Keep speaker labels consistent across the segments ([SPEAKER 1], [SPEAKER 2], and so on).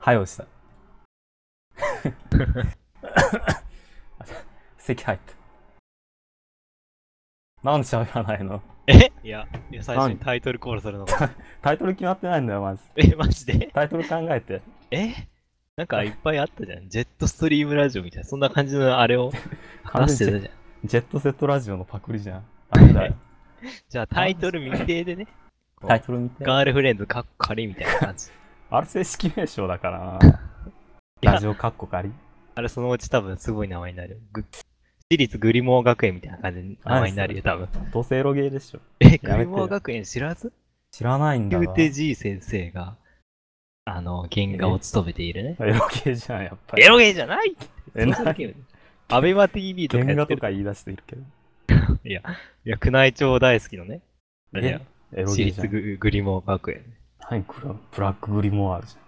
[SPEAKER 1] 早押しさん。席入った。なんで喋らないの
[SPEAKER 2] えいや、いや最初
[SPEAKER 1] 何
[SPEAKER 2] にタイトルコールするのが。
[SPEAKER 1] タイトル決まってないんだよ、まず。
[SPEAKER 2] え、マジで
[SPEAKER 1] タイトル考えて。
[SPEAKER 2] えなんかいっぱいあったじゃん。ジェットストリームラジオみたいな、そんな感じのあれを
[SPEAKER 1] 完
[SPEAKER 2] 話して
[SPEAKER 1] 全
[SPEAKER 2] た
[SPEAKER 1] に
[SPEAKER 2] じゃん。
[SPEAKER 1] ジェットセットラジオのパクリじゃん。ダメだよ。
[SPEAKER 2] じゃあタイトル未定でね、
[SPEAKER 1] タイトル見て。
[SPEAKER 2] ガールフレンズかっこ仮みたいな感じ。
[SPEAKER 1] あれ正式名称だから
[SPEAKER 2] や
[SPEAKER 1] な。ラジオカッコ仮
[SPEAKER 2] あれそのうち多分すごい名前になるよ。グ私立グリモー学園みたいな感じの名前になるよ、多分。
[SPEAKER 1] どうせエロゲーでしょ。
[SPEAKER 2] え、
[SPEAKER 1] やめ
[SPEAKER 2] グ
[SPEAKER 1] てよ
[SPEAKER 2] リモー学園知らず
[SPEAKER 1] 知らないんだ
[SPEAKER 2] ユ
[SPEAKER 1] わ。
[SPEAKER 2] ーテジー先生が、あの、原画を務めているね。
[SPEAKER 1] エロゲーじゃん、やっぱり。
[SPEAKER 2] エロゲーじゃないって
[SPEAKER 1] え
[SPEAKER 2] そうじゃなきゃアベマ TV とか
[SPEAKER 1] 原
[SPEAKER 2] や
[SPEAKER 1] 画
[SPEAKER 2] って
[SPEAKER 1] と
[SPEAKER 2] る。
[SPEAKER 1] か言い出しているけど。
[SPEAKER 2] いや、いや、宮内庁大好きのね。
[SPEAKER 1] え
[SPEAKER 2] いや
[SPEAKER 1] エロゲ
[SPEAKER 2] 私
[SPEAKER 1] ーじゃ
[SPEAKER 2] 立
[SPEAKER 1] ん。
[SPEAKER 2] ググリモー学園。
[SPEAKER 1] 何これブラックグリモアールじゃん。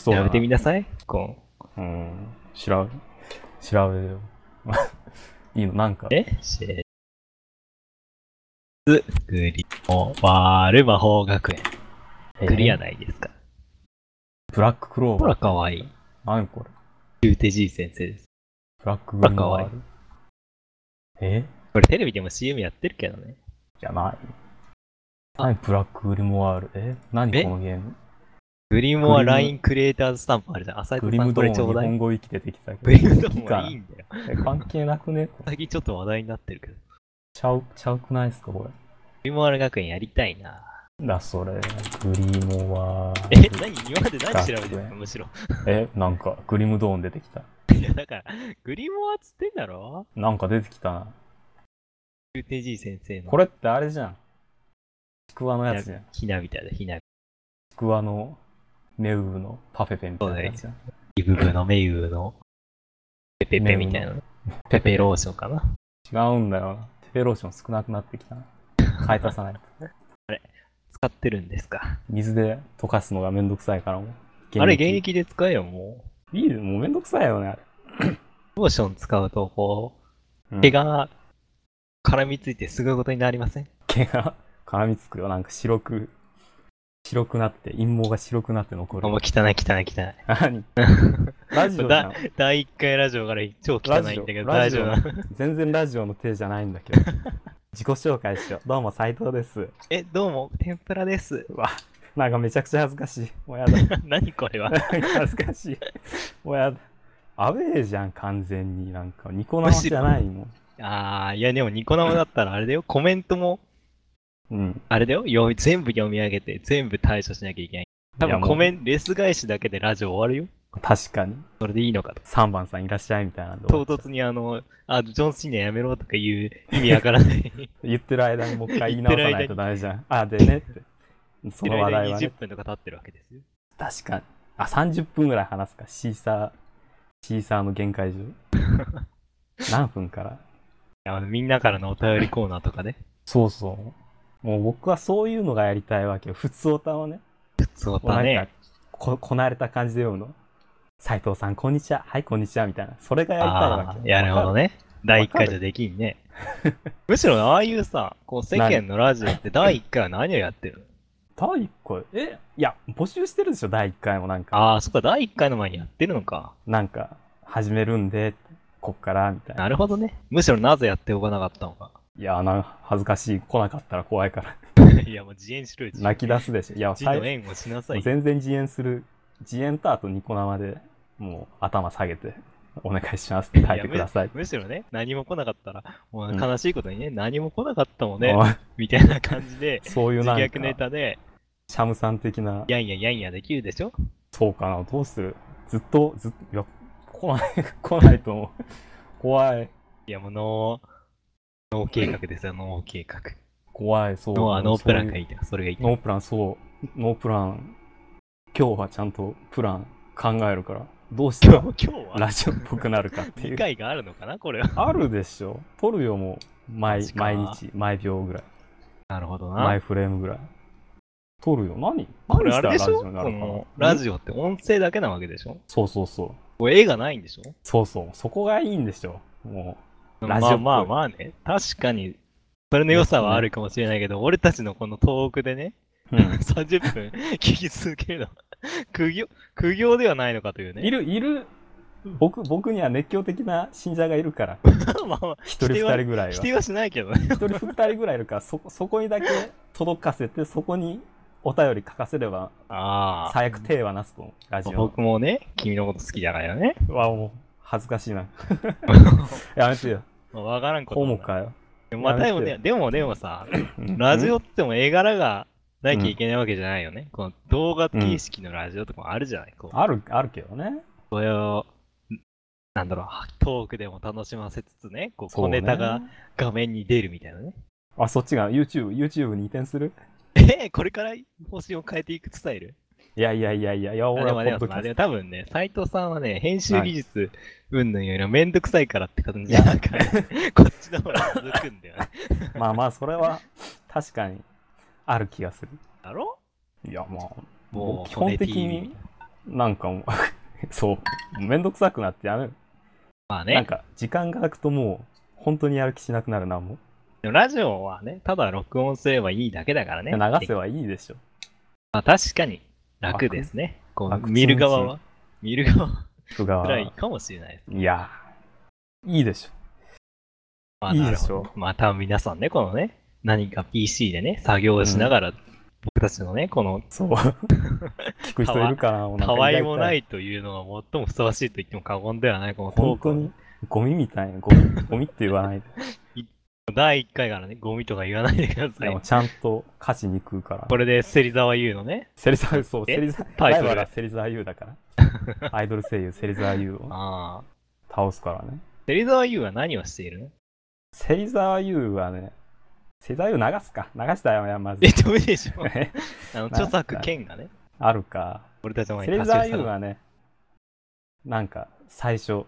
[SPEAKER 1] そ
[SPEAKER 2] 調べてみ
[SPEAKER 1] な。
[SPEAKER 2] なさい。こう
[SPEAKER 1] うん。調べ、調べよ う。いいの、なんか。
[SPEAKER 2] えシェズグリモワール魔法学園。クリア
[SPEAKER 1] だ。
[SPEAKER 2] ないですか。
[SPEAKER 1] ブラッククロー
[SPEAKER 2] ほ
[SPEAKER 1] バー
[SPEAKER 2] ら、。かわいい。
[SPEAKER 1] 何これ
[SPEAKER 2] ユーテジー先生です。
[SPEAKER 1] ブラックグリ
[SPEAKER 2] ほ
[SPEAKER 1] モ
[SPEAKER 2] ら
[SPEAKER 1] ア
[SPEAKER 2] 可
[SPEAKER 1] ール。え
[SPEAKER 2] これテレビでも CM やってるけどね。
[SPEAKER 1] じゃない。何ブラックグリモアール。え何
[SPEAKER 2] え
[SPEAKER 1] このゲーム
[SPEAKER 2] グリモ
[SPEAKER 1] グ
[SPEAKER 2] ア
[SPEAKER 1] リム
[SPEAKER 2] ラインクリエイターズスタンプあるじゃん。浅井
[SPEAKER 1] グ
[SPEAKER 2] 戸
[SPEAKER 1] リ
[SPEAKER 2] さん
[SPEAKER 1] ム
[SPEAKER 2] こ
[SPEAKER 1] ド
[SPEAKER 2] れ
[SPEAKER 1] ーン
[SPEAKER 2] ち
[SPEAKER 1] 日
[SPEAKER 2] ょうだい。
[SPEAKER 1] 本語生き出てきたけ
[SPEAKER 2] グ
[SPEAKER 1] ど。
[SPEAKER 2] リムドー
[SPEAKER 1] い
[SPEAKER 2] ン
[SPEAKER 1] いかな
[SPEAKER 2] はいいんだよ。
[SPEAKER 1] え関係なくねこれ
[SPEAKER 2] 最近ちょっと話題になってるけど。グ
[SPEAKER 1] ちゃう、ちゃうくないですかこ
[SPEAKER 2] リモアラ学園やりたいな。
[SPEAKER 1] れ。だ、それ。グリモア
[SPEAKER 2] え
[SPEAKER 1] ール。、
[SPEAKER 2] 何今まで何調べてるのむしろ。
[SPEAKER 1] えなんか、グリムドーン出てきた。
[SPEAKER 2] いや、だから、グリモアっつってんだろ
[SPEAKER 1] なんか出てきたな。
[SPEAKER 2] ユーテジー先生の。
[SPEAKER 1] これってあれじゃん。ちくわのやつじゃん。
[SPEAKER 2] ひなびただ、ひなび
[SPEAKER 1] ちくわの、メウブのパフェペンみたいなやつじゃん。
[SPEAKER 2] イブブのメユーの、ペペペみたいな。ペペローションかな。
[SPEAKER 1] 違うんだよな。ペペローション少なくなってきたな。買い足さないと。
[SPEAKER 2] 使ってるんですか。
[SPEAKER 1] 水で溶かすのがめんどくさいからもう。
[SPEAKER 2] あれ、現役で使えよ、もう。
[SPEAKER 1] いいよもうめんどくさいよね、あれ。
[SPEAKER 2] ローション使うと、こ
[SPEAKER 1] う
[SPEAKER 2] う、
[SPEAKER 1] ん
[SPEAKER 2] 毛。が絡みついてすごいことになりません
[SPEAKER 1] 毛が絡みつくよ。なんか白く、白くなって、陰謀が白くなって残
[SPEAKER 2] あもう
[SPEAKER 1] る。
[SPEAKER 2] 汚い汚い汚い。
[SPEAKER 1] 何 ラジオじゃん。
[SPEAKER 2] 第1回ラジオから超汚いんだけど、
[SPEAKER 1] ラ
[SPEAKER 2] 大
[SPEAKER 1] ジ
[SPEAKER 2] 丈
[SPEAKER 1] オ
[SPEAKER 2] 夫
[SPEAKER 1] ラ
[SPEAKER 2] な
[SPEAKER 1] ジオ全然ラジオの手じゃないんだけど。自己紹介しよう。どうも、斉藤です。
[SPEAKER 2] え、どうも、天ぷらです。
[SPEAKER 1] うわ、なんかめちゃくちゃ恥ずかしい。もうやだ。なんか
[SPEAKER 2] 何これは。
[SPEAKER 1] 恥ずかしい。もうやだ。アウェーじゃん、完全に。なんか、ニコ生じゃないもん。
[SPEAKER 2] あー、いやでもニコ生だったらあれだよ、コメントも、
[SPEAKER 1] うん。
[SPEAKER 2] あれだよ、よ全部読み上げて、全部対処しなきゃいけない。多
[SPEAKER 1] いや
[SPEAKER 2] 分
[SPEAKER 1] もう
[SPEAKER 2] コメント、レス返しだけでラジオ終わるよ。
[SPEAKER 1] 確かに。
[SPEAKER 2] それでいいのかと。
[SPEAKER 1] 3番さんいらっしゃいみたいなんで終わ
[SPEAKER 2] 唐
[SPEAKER 1] っちゃう
[SPEAKER 2] 突にあの、あ、ジョン・シーナやめろとか言う意味わからない。
[SPEAKER 1] 言ってる間にもう一回言い直さないとダメじゃん。あ、でねって。 その話題は
[SPEAKER 2] 20
[SPEAKER 1] ね。
[SPEAKER 2] 分とか経ってるわけですよ。
[SPEAKER 1] 確かに。あ、30分ぐらい話すか。シーサー、シーサーの限界中。 何分から
[SPEAKER 2] あのみんなからのお便りコーナーとかね。
[SPEAKER 1] そうそう。もう僕はそういうのがやりたいわけよ。普通歌をね。
[SPEAKER 2] 普通おた
[SPEAKER 1] なん
[SPEAKER 2] ね
[SPEAKER 1] か。こ、こなれた感じで読むの。斉藤さん、こんにちは。はい、こんにちは。みたいな。それがやりたいわ
[SPEAKER 2] ああ、
[SPEAKER 1] けよ。
[SPEAKER 2] やるほど
[SPEAKER 1] ね。
[SPEAKER 2] ね。第1
[SPEAKER 1] わか
[SPEAKER 2] 回
[SPEAKER 1] る
[SPEAKER 2] じゃでき んね。むしろああいうさ、こう世間のラジオって第1回は何をやってるの
[SPEAKER 1] 第1回。えいや、募集してるでしょ、第1回もなんか。
[SPEAKER 2] ああ、そっか、第1回の前にやってるのか。
[SPEAKER 1] なんか、始めるんで、こっから、みたいな。
[SPEAKER 2] なるほどね。むしろなぜやっておかなかったのか。
[SPEAKER 1] いや、なん恥ずかしい。来なかったら怖いから。
[SPEAKER 2] いや、もう自演しろよ。
[SPEAKER 1] 泣き出すでしょ。いや、
[SPEAKER 2] 自の縁をしなさい。
[SPEAKER 1] 全然自演する。自演とあとニコ生で、もう頭下げて、お願いしますって書いてください。
[SPEAKER 2] むしろね、何も来なかったら、もう悲しいことにね、何も来なかったもんね
[SPEAKER 1] も、う
[SPEAKER 2] みたいな感じで、
[SPEAKER 1] そう いう
[SPEAKER 2] 自
[SPEAKER 1] なん
[SPEAKER 2] 虐ネ
[SPEAKER 1] か、
[SPEAKER 2] タで、
[SPEAKER 1] シャムさん的な、
[SPEAKER 2] やんややんやできるでしょ
[SPEAKER 1] そうかな、どうするずっと、ずっと、いや、来ない、 来ないと思う。怖い、
[SPEAKER 2] いや、もうノー、ノー計画ですよ、ノー計画。
[SPEAKER 1] 怖い、そう。
[SPEAKER 2] ノーはノープラ
[SPEAKER 1] そ
[SPEAKER 2] ンが
[SPEAKER 1] ういう
[SPEAKER 2] いいじゃん、それがいい。
[SPEAKER 1] ノープラン、そう。ノープラン。今日はちゃんとプラン考えるから、どうした
[SPEAKER 2] 今
[SPEAKER 1] ら
[SPEAKER 2] 日今日は
[SPEAKER 1] ラジオっぽくなるかってい
[SPEAKER 2] 理
[SPEAKER 1] う。
[SPEAKER 2] 解があるのかな、これは。
[SPEAKER 1] あるでしょ。撮るよ、もう。毎
[SPEAKER 2] マジか
[SPEAKER 1] 毎日、毎秒ぐらい。
[SPEAKER 2] なるほど
[SPEAKER 1] マイ
[SPEAKER 2] な。
[SPEAKER 1] フレームぐらい。撮るよ。何何
[SPEAKER 2] これ
[SPEAKER 1] し
[SPEAKER 2] あ
[SPEAKER 1] たらラ
[SPEAKER 2] れで
[SPEAKER 1] ジ
[SPEAKER 2] しょ
[SPEAKER 1] オ
[SPEAKER 2] こ
[SPEAKER 1] になるか
[SPEAKER 2] の
[SPEAKER 1] な
[SPEAKER 2] ラジオって音声だけなわけでしょ
[SPEAKER 1] そうそうそう。
[SPEAKER 2] これ絵がないんでしょ
[SPEAKER 1] そうそう。そこがいいんでしょ。もラジオ
[SPEAKER 2] ま
[SPEAKER 1] っぽ
[SPEAKER 2] あ
[SPEAKER 1] い
[SPEAKER 2] まあまあね。確かに、それの良さはあるかもしれないけど、俺たちのこのトークでね、
[SPEAKER 1] う。うん、
[SPEAKER 2] 30分聞き続けるの、苦行、苦行ではないのかというね。
[SPEAKER 1] いる、いる。僕、僕には熱狂的な信者がいる から。
[SPEAKER 2] まあまあ、
[SPEAKER 1] 一人
[SPEAKER 2] 否定
[SPEAKER 1] 二
[SPEAKER 2] は
[SPEAKER 1] 人ぐらいは。
[SPEAKER 2] 否
[SPEAKER 1] 一
[SPEAKER 2] 定はしないけどね。
[SPEAKER 1] 人二人ぐらいいるから、そ、そこに だけ届かせて、そこにお便り書かせれば、
[SPEAKER 2] ああ。
[SPEAKER 1] 最悪手はなすと思う。ラジオ。
[SPEAKER 2] 僕もね、君のこと好きだからね。
[SPEAKER 1] はもう、恥ずかしい な。やめてよ。
[SPEAKER 2] まあわからんこと
[SPEAKER 1] ホ
[SPEAKER 2] も
[SPEAKER 1] モ
[SPEAKER 2] ない。
[SPEAKER 1] かよ。
[SPEAKER 2] まあ、でも
[SPEAKER 1] や
[SPEAKER 2] ね、でもでもさ、ラジオっても絵柄がなきゃいけないわけじゃないよね。この動画形式のラジオとかもあるじゃない。こう
[SPEAKER 1] ある、あるけどね。
[SPEAKER 2] これを、なんだろう、トークでも楽しませつつね、こう
[SPEAKER 1] そう
[SPEAKER 2] 小
[SPEAKER 1] ね
[SPEAKER 2] ネタが画面に出るみたいなね。
[SPEAKER 1] あ、そっちが YouTube、YouTube に移転する
[SPEAKER 2] え、これから方針を変えていくスタイル
[SPEAKER 1] いやいやいやいや、いや、
[SPEAKER 2] あ
[SPEAKER 1] 俺
[SPEAKER 2] で
[SPEAKER 1] はポ
[SPEAKER 2] もで
[SPEAKER 1] ッ
[SPEAKER 2] も
[SPEAKER 1] ドキ
[SPEAKER 2] まあ
[SPEAKER 1] ャ
[SPEAKER 2] で
[SPEAKER 1] ス
[SPEAKER 2] も多分ね、斎藤さんはね、編集技術、うんぬんよりもめんどくさいからって感じ
[SPEAKER 1] いや
[SPEAKER 2] なんか、 こっちの方が続くんだよね。
[SPEAKER 1] ト。まあまあ、それは確かにある気がする。
[SPEAKER 2] だろ
[SPEAKER 1] いや、まあ、
[SPEAKER 2] も
[SPEAKER 1] 僕
[SPEAKER 2] う、
[SPEAKER 1] 基本的
[SPEAKER 2] 骨 TV
[SPEAKER 1] に、なんかも うそう、めんどくさくなってやめる。
[SPEAKER 2] ま
[SPEAKER 1] な
[SPEAKER 2] あ
[SPEAKER 1] ん
[SPEAKER 2] ね、
[SPEAKER 1] か、時間が空くともう、本当にやる気しなくなるな、もう。
[SPEAKER 2] でもラジオはね、ただ録音すればいいだけだからね。
[SPEAKER 1] 流せはいいでしょ。
[SPEAKER 2] まあ確かに楽ですね。こ
[SPEAKER 1] 楽
[SPEAKER 2] う見る側は、見る側は
[SPEAKER 1] 僕が
[SPEAKER 2] 辛いかもしれないです。
[SPEAKER 1] いや、いいでしょ。
[SPEAKER 2] まあ、
[SPEAKER 1] いい
[SPEAKER 2] な
[SPEAKER 1] で
[SPEAKER 2] るほ
[SPEAKER 1] し
[SPEAKER 2] ど
[SPEAKER 1] ょ。
[SPEAKER 2] また皆さんね、このね、何か PC でね、作業をしながら、僕たちのね、この
[SPEAKER 1] そう。 聞く人いるかな、お
[SPEAKER 2] た
[SPEAKER 1] 腹
[SPEAKER 2] わ
[SPEAKER 1] 痛
[SPEAKER 2] い
[SPEAKER 1] い
[SPEAKER 2] もないというのが最もふさわしいと言っても過言ではない、このト
[SPEAKER 1] 本
[SPEAKER 2] ーク
[SPEAKER 1] 当
[SPEAKER 2] をね
[SPEAKER 1] にゴミみたいな、ゴミ、ゴミって言わない で。
[SPEAKER 2] 第1回からね、ゴミとか言わないでくださ
[SPEAKER 1] でも
[SPEAKER 2] い。
[SPEAKER 1] ちゃんと勝ちに食うから。
[SPEAKER 2] これで芹沢優のね、
[SPEAKER 1] セリザー、そう、
[SPEAKER 2] え
[SPEAKER 1] セリザー、
[SPEAKER 2] タイ
[SPEAKER 1] ラ
[SPEAKER 2] トル
[SPEAKER 1] イバルはセリザー U だ から。アイドル声優、セリザー U を
[SPEAKER 2] ああ、
[SPEAKER 1] 倒すからね。
[SPEAKER 2] 芹沢優は何をしているの
[SPEAKER 1] セリザー U はね、セリザー U 流すか。流したよ、まず
[SPEAKER 2] え、。ダメでしょあ
[SPEAKER 1] な
[SPEAKER 2] の、著作権がね、
[SPEAKER 1] あるか。
[SPEAKER 2] 俺たちの前
[SPEAKER 1] セ
[SPEAKER 2] に
[SPEAKER 1] リ
[SPEAKER 2] 立ち
[SPEAKER 1] ザ
[SPEAKER 2] 寄
[SPEAKER 1] ー U はね、なんか、最初、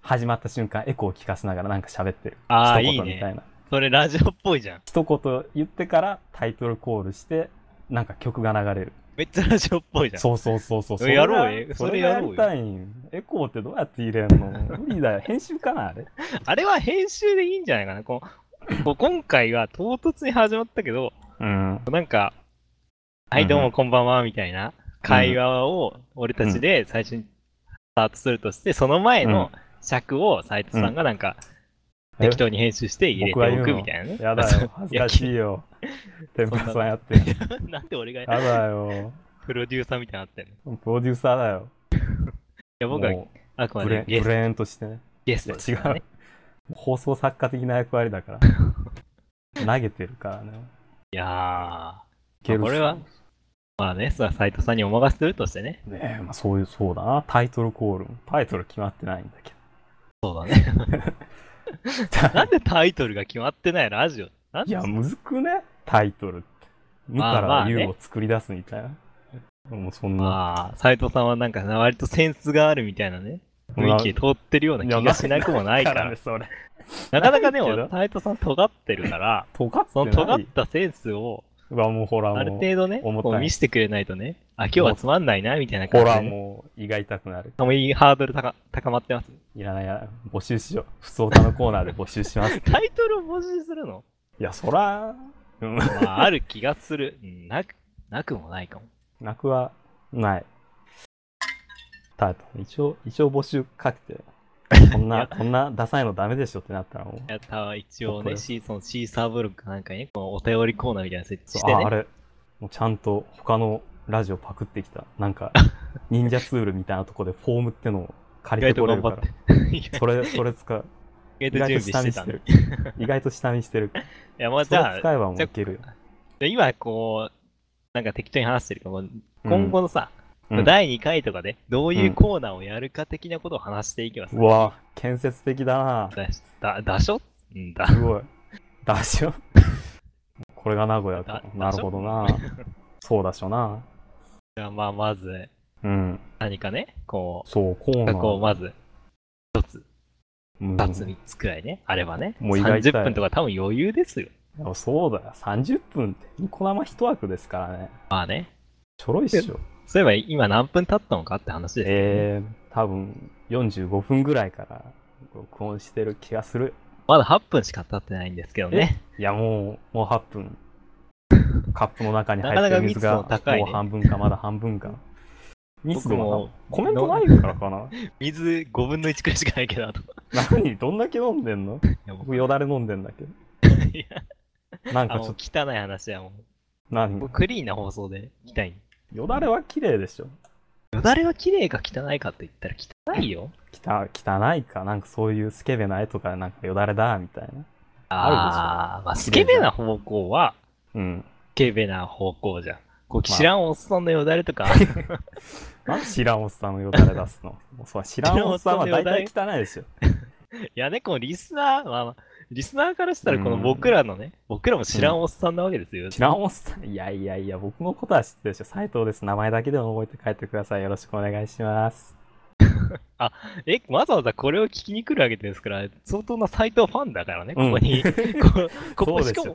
[SPEAKER 1] 始まった瞬間、エコーを聞かせながらなんか喋ってる。
[SPEAKER 2] ああ、
[SPEAKER 1] 一
[SPEAKER 2] いい
[SPEAKER 1] 言みた
[SPEAKER 2] ね。
[SPEAKER 1] いな。
[SPEAKER 2] それラジオっぽいじゃん。
[SPEAKER 1] 一言言ってからタイトルコールして、なんか曲が流れる。
[SPEAKER 2] めっちゃラジオっぽいじゃん。
[SPEAKER 1] そうそうそうそう。
[SPEAKER 2] えやろう
[SPEAKER 1] それ
[SPEAKER 2] え
[SPEAKER 1] が
[SPEAKER 2] それ
[SPEAKER 1] それが
[SPEAKER 2] や
[SPEAKER 1] や
[SPEAKER 2] ろう
[SPEAKER 1] り
[SPEAKER 2] よ
[SPEAKER 1] たいん。エコーってどうやって入れんの 無理だよ。編集かなあれ。
[SPEAKER 2] あれは編集でいいんじゃないかな。こうこう今回は唐突に始まったけど、
[SPEAKER 1] うん。
[SPEAKER 2] なんか、はい、どうもこんばんは、みたいな会話を俺たちで最初にスタートするとして、その前の尺を斉藤さんがなんか、
[SPEAKER 1] うん
[SPEAKER 2] 適当に編集して入れておくみたいなね。
[SPEAKER 1] やだよ、恥ずかしいよ。天ぷらさんやってる。
[SPEAKER 2] なんで俺が
[SPEAKER 1] やだよ。
[SPEAKER 2] プロデューサーみたいになってんのい
[SPEAKER 1] プロデューサーだよ。
[SPEAKER 2] や、僕は
[SPEAKER 1] も
[SPEAKER 2] あく
[SPEAKER 1] う
[SPEAKER 2] ま
[SPEAKER 1] ブレ
[SPEAKER 2] でゲ
[SPEAKER 1] ブ
[SPEAKER 2] スト
[SPEAKER 1] レーンとしてね。
[SPEAKER 2] ゲ
[SPEAKER 1] い
[SPEAKER 2] スト
[SPEAKER 1] や
[SPEAKER 2] です
[SPEAKER 1] 違
[SPEAKER 2] からね
[SPEAKER 1] う。放送作家的な役割だから。 投げてるからね。
[SPEAKER 2] いやー、ま
[SPEAKER 1] い
[SPEAKER 2] あ
[SPEAKER 1] っ
[SPEAKER 2] こ
[SPEAKER 1] す
[SPEAKER 2] れは、まあね、さ斉藤さんにお任せするとしてね。
[SPEAKER 1] ねえ、まあそういう、そうだな。タイトルコールも。タイトル決まってないんだけ
[SPEAKER 2] そうだね。
[SPEAKER 1] ど。
[SPEAKER 2] なんでタイトルが決まってないラジオなん
[SPEAKER 1] い
[SPEAKER 2] で
[SPEAKER 1] や、むずくねタイトルって。無
[SPEAKER 2] ま
[SPEAKER 1] か
[SPEAKER 2] あま
[SPEAKER 1] ら
[SPEAKER 2] あね
[SPEAKER 1] 優を作り出すみたいな。もうそんな。
[SPEAKER 2] まあ、斎藤さんはなんか割とセンスがあるみたいなね、雰囲気で通ってるような気がしなくもないから
[SPEAKER 1] ね、。それ。
[SPEAKER 2] なかなかで
[SPEAKER 1] ないけど
[SPEAKER 2] も、斎藤さん尖ってるから、
[SPEAKER 1] 尖って
[SPEAKER 2] そ
[SPEAKER 1] な
[SPEAKER 2] の
[SPEAKER 1] い。
[SPEAKER 2] 尖ったセンスを、
[SPEAKER 1] うわ、もうほら、もう。
[SPEAKER 2] ある程度ね、
[SPEAKER 1] 重たい
[SPEAKER 2] こう見せてくれないとね、あ、今日はつまんないな、みたいな
[SPEAKER 1] ほ
[SPEAKER 2] 感
[SPEAKER 1] ら、
[SPEAKER 2] じでね。
[SPEAKER 1] もう胃が痛くなる。
[SPEAKER 2] あもういいハードル高高まってます。
[SPEAKER 1] いらないや、募集しよう。不相談のコーナーで募集します。
[SPEAKER 2] タイトルを募集するの
[SPEAKER 1] いや、そら、うん
[SPEAKER 2] まあ、ある気がする。うんなく、なくもないかも。
[SPEAKER 1] なくはない。ただ、一応、一応募集か けて、こん
[SPEAKER 2] い
[SPEAKER 1] な、
[SPEAKER 2] や
[SPEAKER 1] こんなダサいのダメでしょってなったらもう。
[SPEAKER 2] やったわ一応
[SPEAKER 1] これ
[SPEAKER 2] ね、シーそのシーサーブログかなんかにね、このお便りコーナーみたいなの設置
[SPEAKER 1] そう
[SPEAKER 2] して
[SPEAKER 1] あ、あ
[SPEAKER 2] ね。
[SPEAKER 1] れ、もうちゃんと他のラジオパクってきた。なん か、忍者ツールみたいなとこでフォームってのを
[SPEAKER 2] 意
[SPEAKER 1] 借り
[SPEAKER 2] 外
[SPEAKER 1] て
[SPEAKER 2] と
[SPEAKER 1] これ
[SPEAKER 2] 頑
[SPEAKER 1] るか
[SPEAKER 2] 張っ
[SPEAKER 1] ら
[SPEAKER 2] て。。 意
[SPEAKER 1] それ、それ 使う。
[SPEAKER 2] 外
[SPEAKER 1] 意外
[SPEAKER 2] と準
[SPEAKER 1] と下
[SPEAKER 2] 備
[SPEAKER 1] 見
[SPEAKER 2] して
[SPEAKER 1] したて
[SPEAKER 2] ね
[SPEAKER 1] る。意外と下見して る。
[SPEAKER 2] いや、まあ
[SPEAKER 1] そ
[SPEAKER 2] じゃ
[SPEAKER 1] れ
[SPEAKER 2] あ、
[SPEAKER 1] 使えばもういけるよ。
[SPEAKER 2] で今こう、なんか適当に話してるけど、今後のさ、
[SPEAKER 1] うん
[SPEAKER 2] 第2回とかで、どうい
[SPEAKER 1] ん
[SPEAKER 2] うコーナーをやるか的なことを話していけばさ、
[SPEAKER 1] うん。うわ、建設的だな。
[SPEAKER 2] だし、だ、だしょうんだ。
[SPEAKER 1] すご い。だしょこれが名古屋か
[SPEAKER 2] だ。
[SPEAKER 1] なるほどな。そうだしょな。
[SPEAKER 2] じゃあまあ、まず、
[SPEAKER 1] うん。
[SPEAKER 2] 何かね、こ
[SPEAKER 1] そう、コー
[SPEAKER 2] う、
[SPEAKER 1] ナ
[SPEAKER 2] なんかこう、
[SPEAKER 1] ー。
[SPEAKER 2] まず、一つ、
[SPEAKER 1] うん
[SPEAKER 2] 二つ、三つくらいね、あればね、
[SPEAKER 1] もう意外と
[SPEAKER 2] 30分とか多分余裕ですよ。
[SPEAKER 1] いやそうだよ。30分って、ニコ生一枠ですからね。
[SPEAKER 2] まあね。
[SPEAKER 1] ちょろいっしょ。
[SPEAKER 2] そういえば、今何分経ったのかって話ですよね。
[SPEAKER 1] えー、多分45分ぐらいから録音してる気がする。
[SPEAKER 2] まだ8分しか経ってないんですけどね。
[SPEAKER 1] いや、もう、もう8分。カップの中に入
[SPEAKER 2] な
[SPEAKER 1] っ
[SPEAKER 2] か
[SPEAKER 1] て
[SPEAKER 2] な
[SPEAKER 1] る
[SPEAKER 2] か密
[SPEAKER 1] 水が
[SPEAKER 2] 度高いね
[SPEAKER 1] もう半分か、まだ半分か。ミスでもな
[SPEAKER 2] 僕
[SPEAKER 1] コ
[SPEAKER 2] も
[SPEAKER 1] メントないからかな
[SPEAKER 2] 水5分の1くらいしかないけど、あと。
[SPEAKER 1] 何どんだけ飲んでんの僕よだれ飲んでんだけ
[SPEAKER 2] いや
[SPEAKER 1] どなんかち
[SPEAKER 2] あも
[SPEAKER 1] ょっ
[SPEAKER 2] う
[SPEAKER 1] と
[SPEAKER 2] 汚い話やもん。
[SPEAKER 1] 何
[SPEAKER 2] 僕クリーンな放送で来たいん。
[SPEAKER 1] よだれは綺麗でしょ
[SPEAKER 2] よだれは綺麗か汚いかって言ったら汚いよ。
[SPEAKER 1] 汚汚いかなんかそういうスケベな絵とかなんかよだれだみたいな
[SPEAKER 2] ああ、まあ、スケベな方向は、
[SPEAKER 1] うん
[SPEAKER 2] スケベな方向じゃん。
[SPEAKER 1] ま
[SPEAKER 2] こう
[SPEAKER 1] あ
[SPEAKER 2] 知らんおっさんのよだれと か、
[SPEAKER 1] なんで知らんおっさんのよだれ出すの もうそう知らんおっさんは大体汚いでしょ
[SPEAKER 2] いやね、このリスナー、まあまあ、リスナーからしたら、この
[SPEAKER 1] うん
[SPEAKER 2] 僕らのね、僕らも知らんおっさんなわけですよ。
[SPEAKER 1] 知らんおっさんいやいやいや僕のことは知ってるでしょ斉藤です名前だけでも覚えて帰ってくださいよろしくお願いします
[SPEAKER 2] え、わざわざこれを聞きに来るわけですから、相当な斎藤ファンだからね、
[SPEAKER 1] う
[SPEAKER 2] こ
[SPEAKER 1] ん
[SPEAKER 2] こに。ここ
[SPEAKER 1] そう
[SPEAKER 2] こ
[SPEAKER 1] です
[SPEAKER 2] し
[SPEAKER 1] よ
[SPEAKER 2] かも、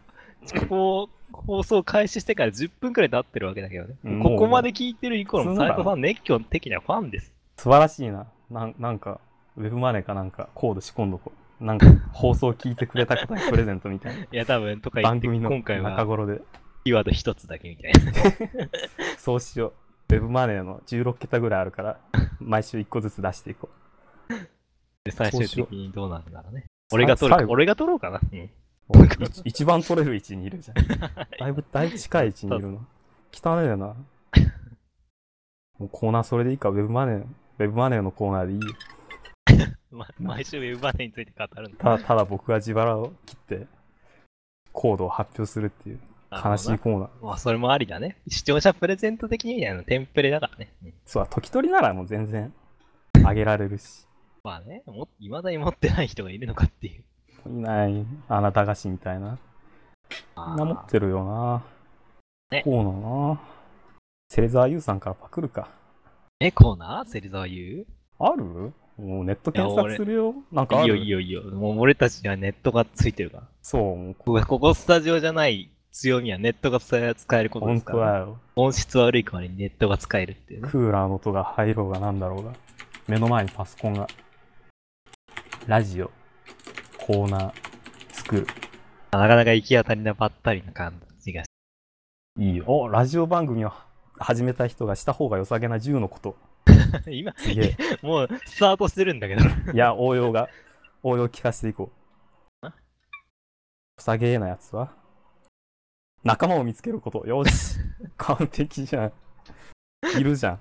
[SPEAKER 2] ここ放送開始してから10分くらい経ってるわけだけどね。
[SPEAKER 1] うん
[SPEAKER 2] ここまで聞いてる以降
[SPEAKER 1] も
[SPEAKER 2] の
[SPEAKER 1] う
[SPEAKER 2] 斎藤さん熱狂的なファンです。
[SPEAKER 1] 素晴らしいななんなんかウェブマネーかなんかコード仕込んどこうなんか 放送聞いてくれた方にプレゼントみたい
[SPEAKER 2] いや、多分、と
[SPEAKER 1] な
[SPEAKER 2] か言っ
[SPEAKER 1] 番
[SPEAKER 2] て、
[SPEAKER 1] 組の
[SPEAKER 2] 今回
[SPEAKER 1] 中
[SPEAKER 2] は
[SPEAKER 1] 頃で
[SPEAKER 2] キーワード一つだけみたいな。
[SPEAKER 1] そうしようウェブマネーの16桁ぐらいあるから毎週1個ずつ出していこ
[SPEAKER 2] で最
[SPEAKER 1] そう
[SPEAKER 2] 終
[SPEAKER 1] しよう
[SPEAKER 2] 的にどうなるんだろうね。俺が取
[SPEAKER 1] さ
[SPEAKER 2] る
[SPEAKER 1] 最、後
[SPEAKER 2] 俺が取ろうかな。うん
[SPEAKER 1] うい一番取れる位置にいる じゃんだいぶ、だいぶ近い位置にいるな。汚 ねえな。もうコーナーそれでいいか、ウェブマネー、ウェブマネーのコーナーでいいよ。
[SPEAKER 2] ま毎週ウェブバネについて語るんだ。
[SPEAKER 1] ただ、ただ僕が自腹を切って、コードを発表するっていう 悲しいコーナー。
[SPEAKER 2] まあ、それもありだね。視聴者プレゼント的にあのテンプレだからね。うん
[SPEAKER 1] そうだ、時取りならもう全然あげられるし。
[SPEAKER 2] まあね、も、いまだに持ってない人がいるのかっていう。
[SPEAKER 1] いない、あなたがしみたいな。みんな持ってるよな。
[SPEAKER 2] ね
[SPEAKER 1] コーナーな。セレザーユーさんからパクるか。
[SPEAKER 2] え、コーナー芹沢優
[SPEAKER 1] あるもうネット検索するよ。なんかあ
[SPEAKER 2] いい
[SPEAKER 1] る
[SPEAKER 2] よいいよいいよ。もう俺たちにはネットがついてるから。
[SPEAKER 1] そう、もう
[SPEAKER 2] ここここスタジオじゃない強みはネットが使え使えることで
[SPEAKER 1] 本
[SPEAKER 2] すか
[SPEAKER 1] 当
[SPEAKER 2] ら。
[SPEAKER 1] だよ。
[SPEAKER 2] 音質悪い代わりにネットが使えるっていうね。
[SPEAKER 1] クーラーの音が入ろうがなんだろうが、目の前にパソコンが、ラジオ、コーナー、作る。
[SPEAKER 2] なかなか行き当たりなばったりな感じがし
[SPEAKER 1] いいよ。お、ラジオ番組を始めた人がした方が良さげな10のこと。
[SPEAKER 2] て。今、
[SPEAKER 1] すげえ。
[SPEAKER 2] もうスタートしてるんだけど。
[SPEAKER 1] いや、応用が、応用聞かせていこう。さげえなやつは仲間を見つけること。 よし。完璧じゃん。いるじゃ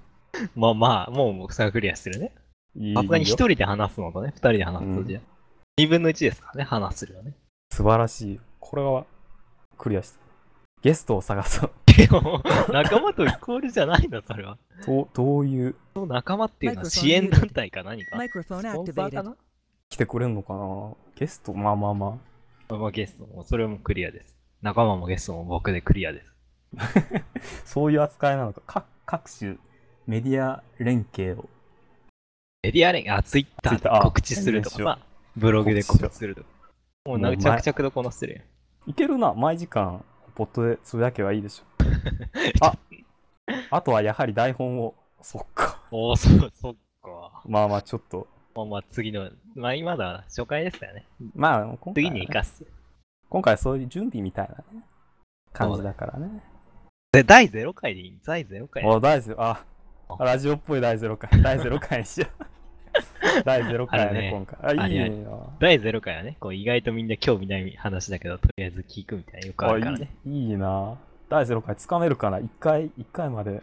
[SPEAKER 2] まあまあ、もうもうそれはクリアしてるね。
[SPEAKER 1] ん。いい
[SPEAKER 2] さすがに一
[SPEAKER 1] いいよ
[SPEAKER 2] 人で話すのとね、二人で話すのじゃ。二分の一ですからね、話するよね。
[SPEAKER 1] 素晴らしい。これは、クリアした。ゲストを探そう。
[SPEAKER 2] でも、仲間とイコールじゃないの、それは。
[SPEAKER 1] どうどういう
[SPEAKER 2] その仲間っていうのは
[SPEAKER 3] Microphone
[SPEAKER 2] 支援団体か何か。
[SPEAKER 3] Microphone
[SPEAKER 2] スポンサー
[SPEAKER 3] activated.
[SPEAKER 2] かな
[SPEAKER 1] 来てくれんのかなゲストまあまあま
[SPEAKER 2] まあゲストも、それもクリアです。仲間もゲストも僕でクリアです。
[SPEAKER 1] あそういう扱いなのか各各種メディア連携を
[SPEAKER 2] メディア連、あ、ツイッター
[SPEAKER 1] Twitter あ
[SPEAKER 2] で告知するとか
[SPEAKER 1] 宣伝
[SPEAKER 2] さ、ブログで告知するとか。もう
[SPEAKER 1] もう
[SPEAKER 2] なんか
[SPEAKER 1] 前
[SPEAKER 2] 着々とこなしてるやん。
[SPEAKER 1] いけるな毎時間ポットでつぶやけばいい でしょああとはやはり台本をそっか
[SPEAKER 2] おお、そう、そっか。
[SPEAKER 1] まあまあちょっと
[SPEAKER 2] まあまあ次の、まあ今だ初回ですからね。
[SPEAKER 1] まあ今回,、
[SPEAKER 2] 次に生かす。
[SPEAKER 1] 今回はそういう準備みたいな、ね、感じだからね
[SPEAKER 2] で、第0回でいい第0回。
[SPEAKER 1] お第ゼロあラジオっぽい第ゼロ回第ゼロ回にしよ う第ゼロ回ね
[SPEAKER 2] あれね
[SPEAKER 1] 今回あいい
[SPEAKER 2] あれ
[SPEAKER 1] な
[SPEAKER 2] 第0回はね、こう意外とみんな興味ない話だけど、とりあえず聞くみたいなよくあるからね。
[SPEAKER 1] あいいいいな第0回つかめるかな1回1回まで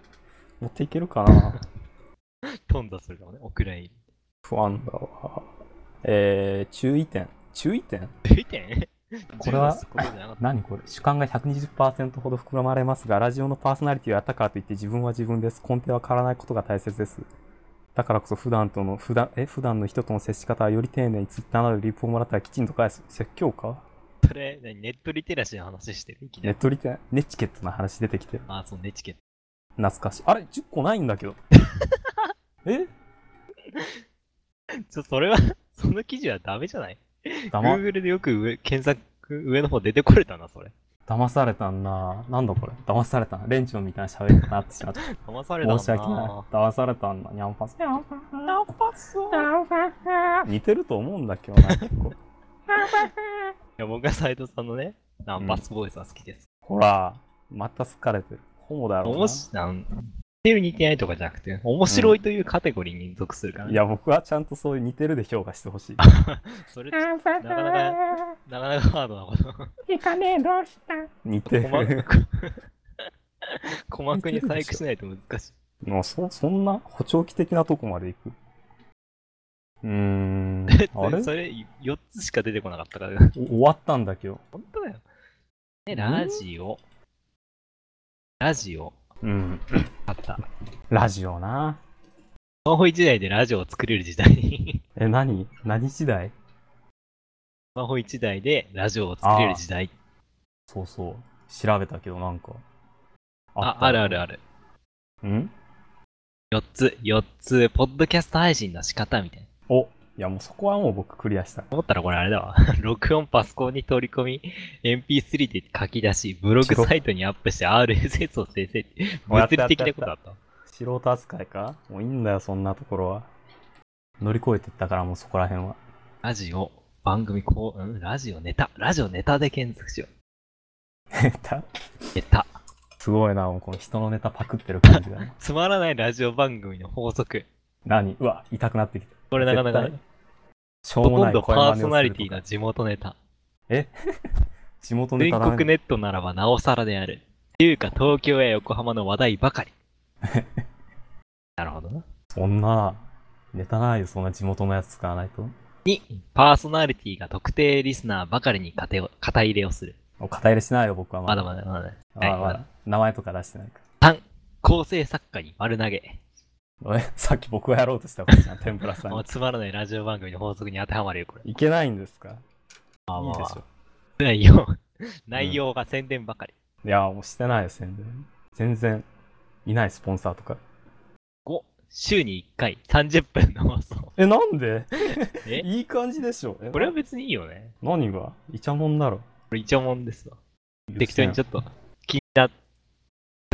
[SPEAKER 1] 持っていけるかな
[SPEAKER 2] 頓挫するかもね、お蔵入り。
[SPEAKER 1] 不安だわえー、注意点注意点
[SPEAKER 2] 見て
[SPEAKER 1] こ れは
[SPEAKER 2] 重要なことじゃなかった
[SPEAKER 1] 何これ主観が120%ほど膨らまれますがラジオのパーソナリティをやったからといって自分は自分です根底は変わらないことが大切ですだからこそ普段との普段え普段の人との接し方はより丁寧に Twitter などでリプをもらったらきちんと返す説教か
[SPEAKER 2] それ、何ネットリテラシーの話してるいきな
[SPEAKER 1] ネ
[SPEAKER 2] り
[SPEAKER 1] ットリテネチケットの話出てきてる
[SPEAKER 2] ああ、そうね、チケット。
[SPEAKER 1] 懐かしいあれ10個ないんだけど え
[SPEAKER 2] ちょ、それは、 その記事はダメじゃない
[SPEAKER 1] 黙っ
[SPEAKER 2] ?Google でよく上検索、上の方出てこれたな、それ。
[SPEAKER 1] 騙されたんな。なんだこれ。騙されたな。レンチョンみたいな喋り方になってしまった。
[SPEAKER 2] 騙されたもん
[SPEAKER 1] 申し訳ない。騙されたんだ。にゃんぱす。にゃんぱす。似てると思うんだけどな、結構。
[SPEAKER 2] いや、僕は斎藤さんのね、ナンパスボイスは好きです。
[SPEAKER 1] ほら、また好かれてる。ホモだろうな。
[SPEAKER 2] もし、なんてる似てないとかじゃなくて、面白いというカテゴリーに属するから、
[SPEAKER 1] いや、僕はちゃんとそういう似てるで評価してほしい。
[SPEAKER 2] それ、なかなか、なかなかハードなこと。
[SPEAKER 3] 行かねえ、どうした
[SPEAKER 1] 似て
[SPEAKER 2] 鼓
[SPEAKER 1] る。
[SPEAKER 2] 膜鼓膜に細工しないと難しい。
[SPEAKER 1] もう そそんな補聴器的なとこまで行く。うー ん。あれ
[SPEAKER 2] それ、4つしか出てこなかったから。
[SPEAKER 1] お終わったんだけど。
[SPEAKER 2] 本当だよ。ね、ラジオ。ラジオ。
[SPEAKER 1] うん。
[SPEAKER 2] あった。
[SPEAKER 1] ラジオな。
[SPEAKER 2] スマホ1台でラジオを作れる時代 に。
[SPEAKER 1] え、何何時代
[SPEAKER 2] スマホ1台でラジオを作れる時代。
[SPEAKER 1] そうそう。調べたけど、なんか。
[SPEAKER 2] あ、
[SPEAKER 1] った
[SPEAKER 2] あるあるある。
[SPEAKER 1] うん
[SPEAKER 2] 4つ、4つ、ポッドキャスト配信の仕方みたいな。
[SPEAKER 1] お、いやもうそこはもう僕クリアした。
[SPEAKER 2] 思ったらこれあれだわ。 録音パソコンに取り込み、MP3 で書き出し、ブログサイトにアップして RSS を生成って、 物理的なことだったわ。
[SPEAKER 1] 素人扱いかもういいんだよ、そんなところは。乗り越えてったから、もうそこら辺は。
[SPEAKER 2] ラジオ、番組、こう、うん、ラジオネタ、ラジオネタで検索しよ
[SPEAKER 1] ネタ
[SPEAKER 2] う。ネタ。
[SPEAKER 1] すごいな、もうこの人のネタパクってる感じ が。
[SPEAKER 2] つまらないラジオ番組の法則。
[SPEAKER 1] 何うわ、痛くなってきた。
[SPEAKER 2] これなかなか
[SPEAKER 1] 絶
[SPEAKER 2] ね、
[SPEAKER 1] しょ
[SPEAKER 2] ほ
[SPEAKER 1] うも
[SPEAKER 2] と
[SPEAKER 1] なんい
[SPEAKER 2] どパーソナリティ
[SPEAKER 1] が
[SPEAKER 2] が地元ネタ。
[SPEAKER 1] 地元ネ
[SPEAKER 2] 全
[SPEAKER 1] タだ
[SPEAKER 2] 国
[SPEAKER 1] ね。
[SPEAKER 2] ネットならばなおさらである。っていうか、東京や横浜の話題 ばかり。なるほどな。
[SPEAKER 1] そんな、ネタないよ、そんな地元のやつ使わないと。
[SPEAKER 2] パーソナリティが特定リスナーばかりに肩を肩入れをする。
[SPEAKER 1] もう肩入れしないよ、僕は
[SPEAKER 2] ま
[SPEAKER 1] ま
[SPEAKER 2] だ
[SPEAKER 1] だ。
[SPEAKER 2] まだまだ、ね。
[SPEAKER 1] まだ
[SPEAKER 2] はいまだ
[SPEAKER 1] 名前とか出してないか
[SPEAKER 2] 構成作家に丸投げ。
[SPEAKER 1] ら。えさっき僕がやろうとしたことじゃん、天ぷらさん
[SPEAKER 2] もう。つまらないラジオ番組の法則に当てはまるよ、これ。
[SPEAKER 1] いけないんですか
[SPEAKER 2] まあ
[SPEAKER 1] いい
[SPEAKER 2] まあ
[SPEAKER 1] で
[SPEAKER 2] ま
[SPEAKER 1] しょ。
[SPEAKER 2] あ、内容、内容が宣伝ばかり。
[SPEAKER 1] いや、もうしてないよ、宣伝。全然、いない、スポンサーとか。
[SPEAKER 2] 5、週に1回30分の放送。
[SPEAKER 1] え、なんで
[SPEAKER 2] え
[SPEAKER 1] いい感じでしょ。え
[SPEAKER 2] これは別にいいよね。
[SPEAKER 1] 何がイチャモンだろ。
[SPEAKER 2] これ一応もんですわ。適当にちょ
[SPEAKER 1] っ
[SPEAKER 2] っと気にな、ちょ